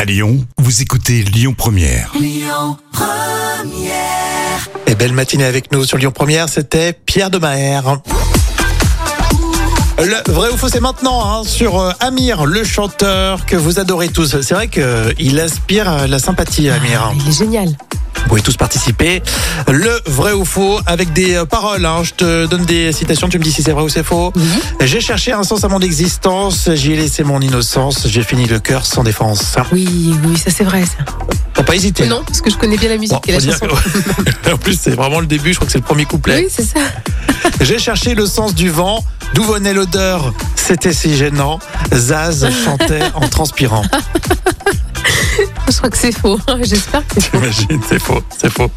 À Lyon, vous écoutez Lyon Première. Et belle matinée avec nous sur Lyon Première, c'était Pierre de Maher. Le vrai ou faux, c'est maintenant hein, sur euh, Amir, le chanteur que vous adorez tous. C'est vrai qu'il aspire à la sympathie, Amir. Il est génial. Vous pouvez tous participer. Le vrai ou faux avec des euh, paroles. hein. Je te donne des citations, tu me dis si c'est vrai ou c'est faux. Mhm. J'ai cherché un sens à mon existence, j'y ai laissé mon innocence, j'ai fini le cœur sans défense. Oui, oui, ça c'est vrai. Ça. Faut pas hésiter. Non, parce que je connais bien la musique Bon, et la faut dire chanson. que- en plus, c'est vraiment le début, je crois que c'est le premier couplet. Oui, c'est ça. J'ai cherché le sens du vent, d'où venait l'odeur. C'était si gênant. Zaz chantait en transpirant. Je crois que c'est faux. J'espère que c'est faux. T'imagines, c'est faux, c'est faux.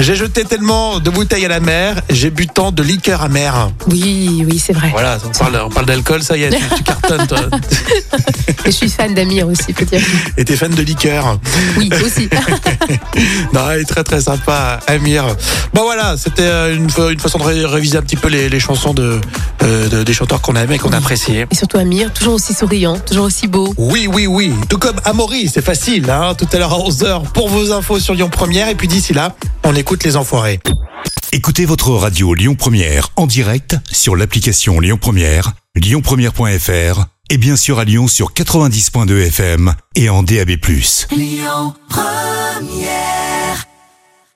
J'ai jeté tellement de bouteilles à la mer, j'ai bu tant de liqueurs amères. Oui, oui, c'est vrai. Voilà, on parle, on parle d'alcool, ça y est, tu, tu cartonnes, toi. Et je suis fan d'Amir aussi, faut dire. Et t'es fan de liqueurs. Oui, aussi. Non, il est très très sympa, Amir. Bon voilà, c'était euh, une, fa- une façon de ré- réviser un petit peu les, les chansons de, euh, de- des chanteurs qu'on aimait et qu'on appréciait. Et surtout Amir, toujours aussi souriant, toujours aussi beau. Oui, oui, oui. Tout comme Amaury, c'est facile. Hein Tout à l'heure à 11h pour vos infos sur Lyon Première. Et puis d'ici là, on écoute les enfoirés. Écoutez votre radio Lyon Première en direct sur l'application Lyon Première, lyonpremière.fr et bien sûr à Lyon sur 90.2 FM et en DAB+.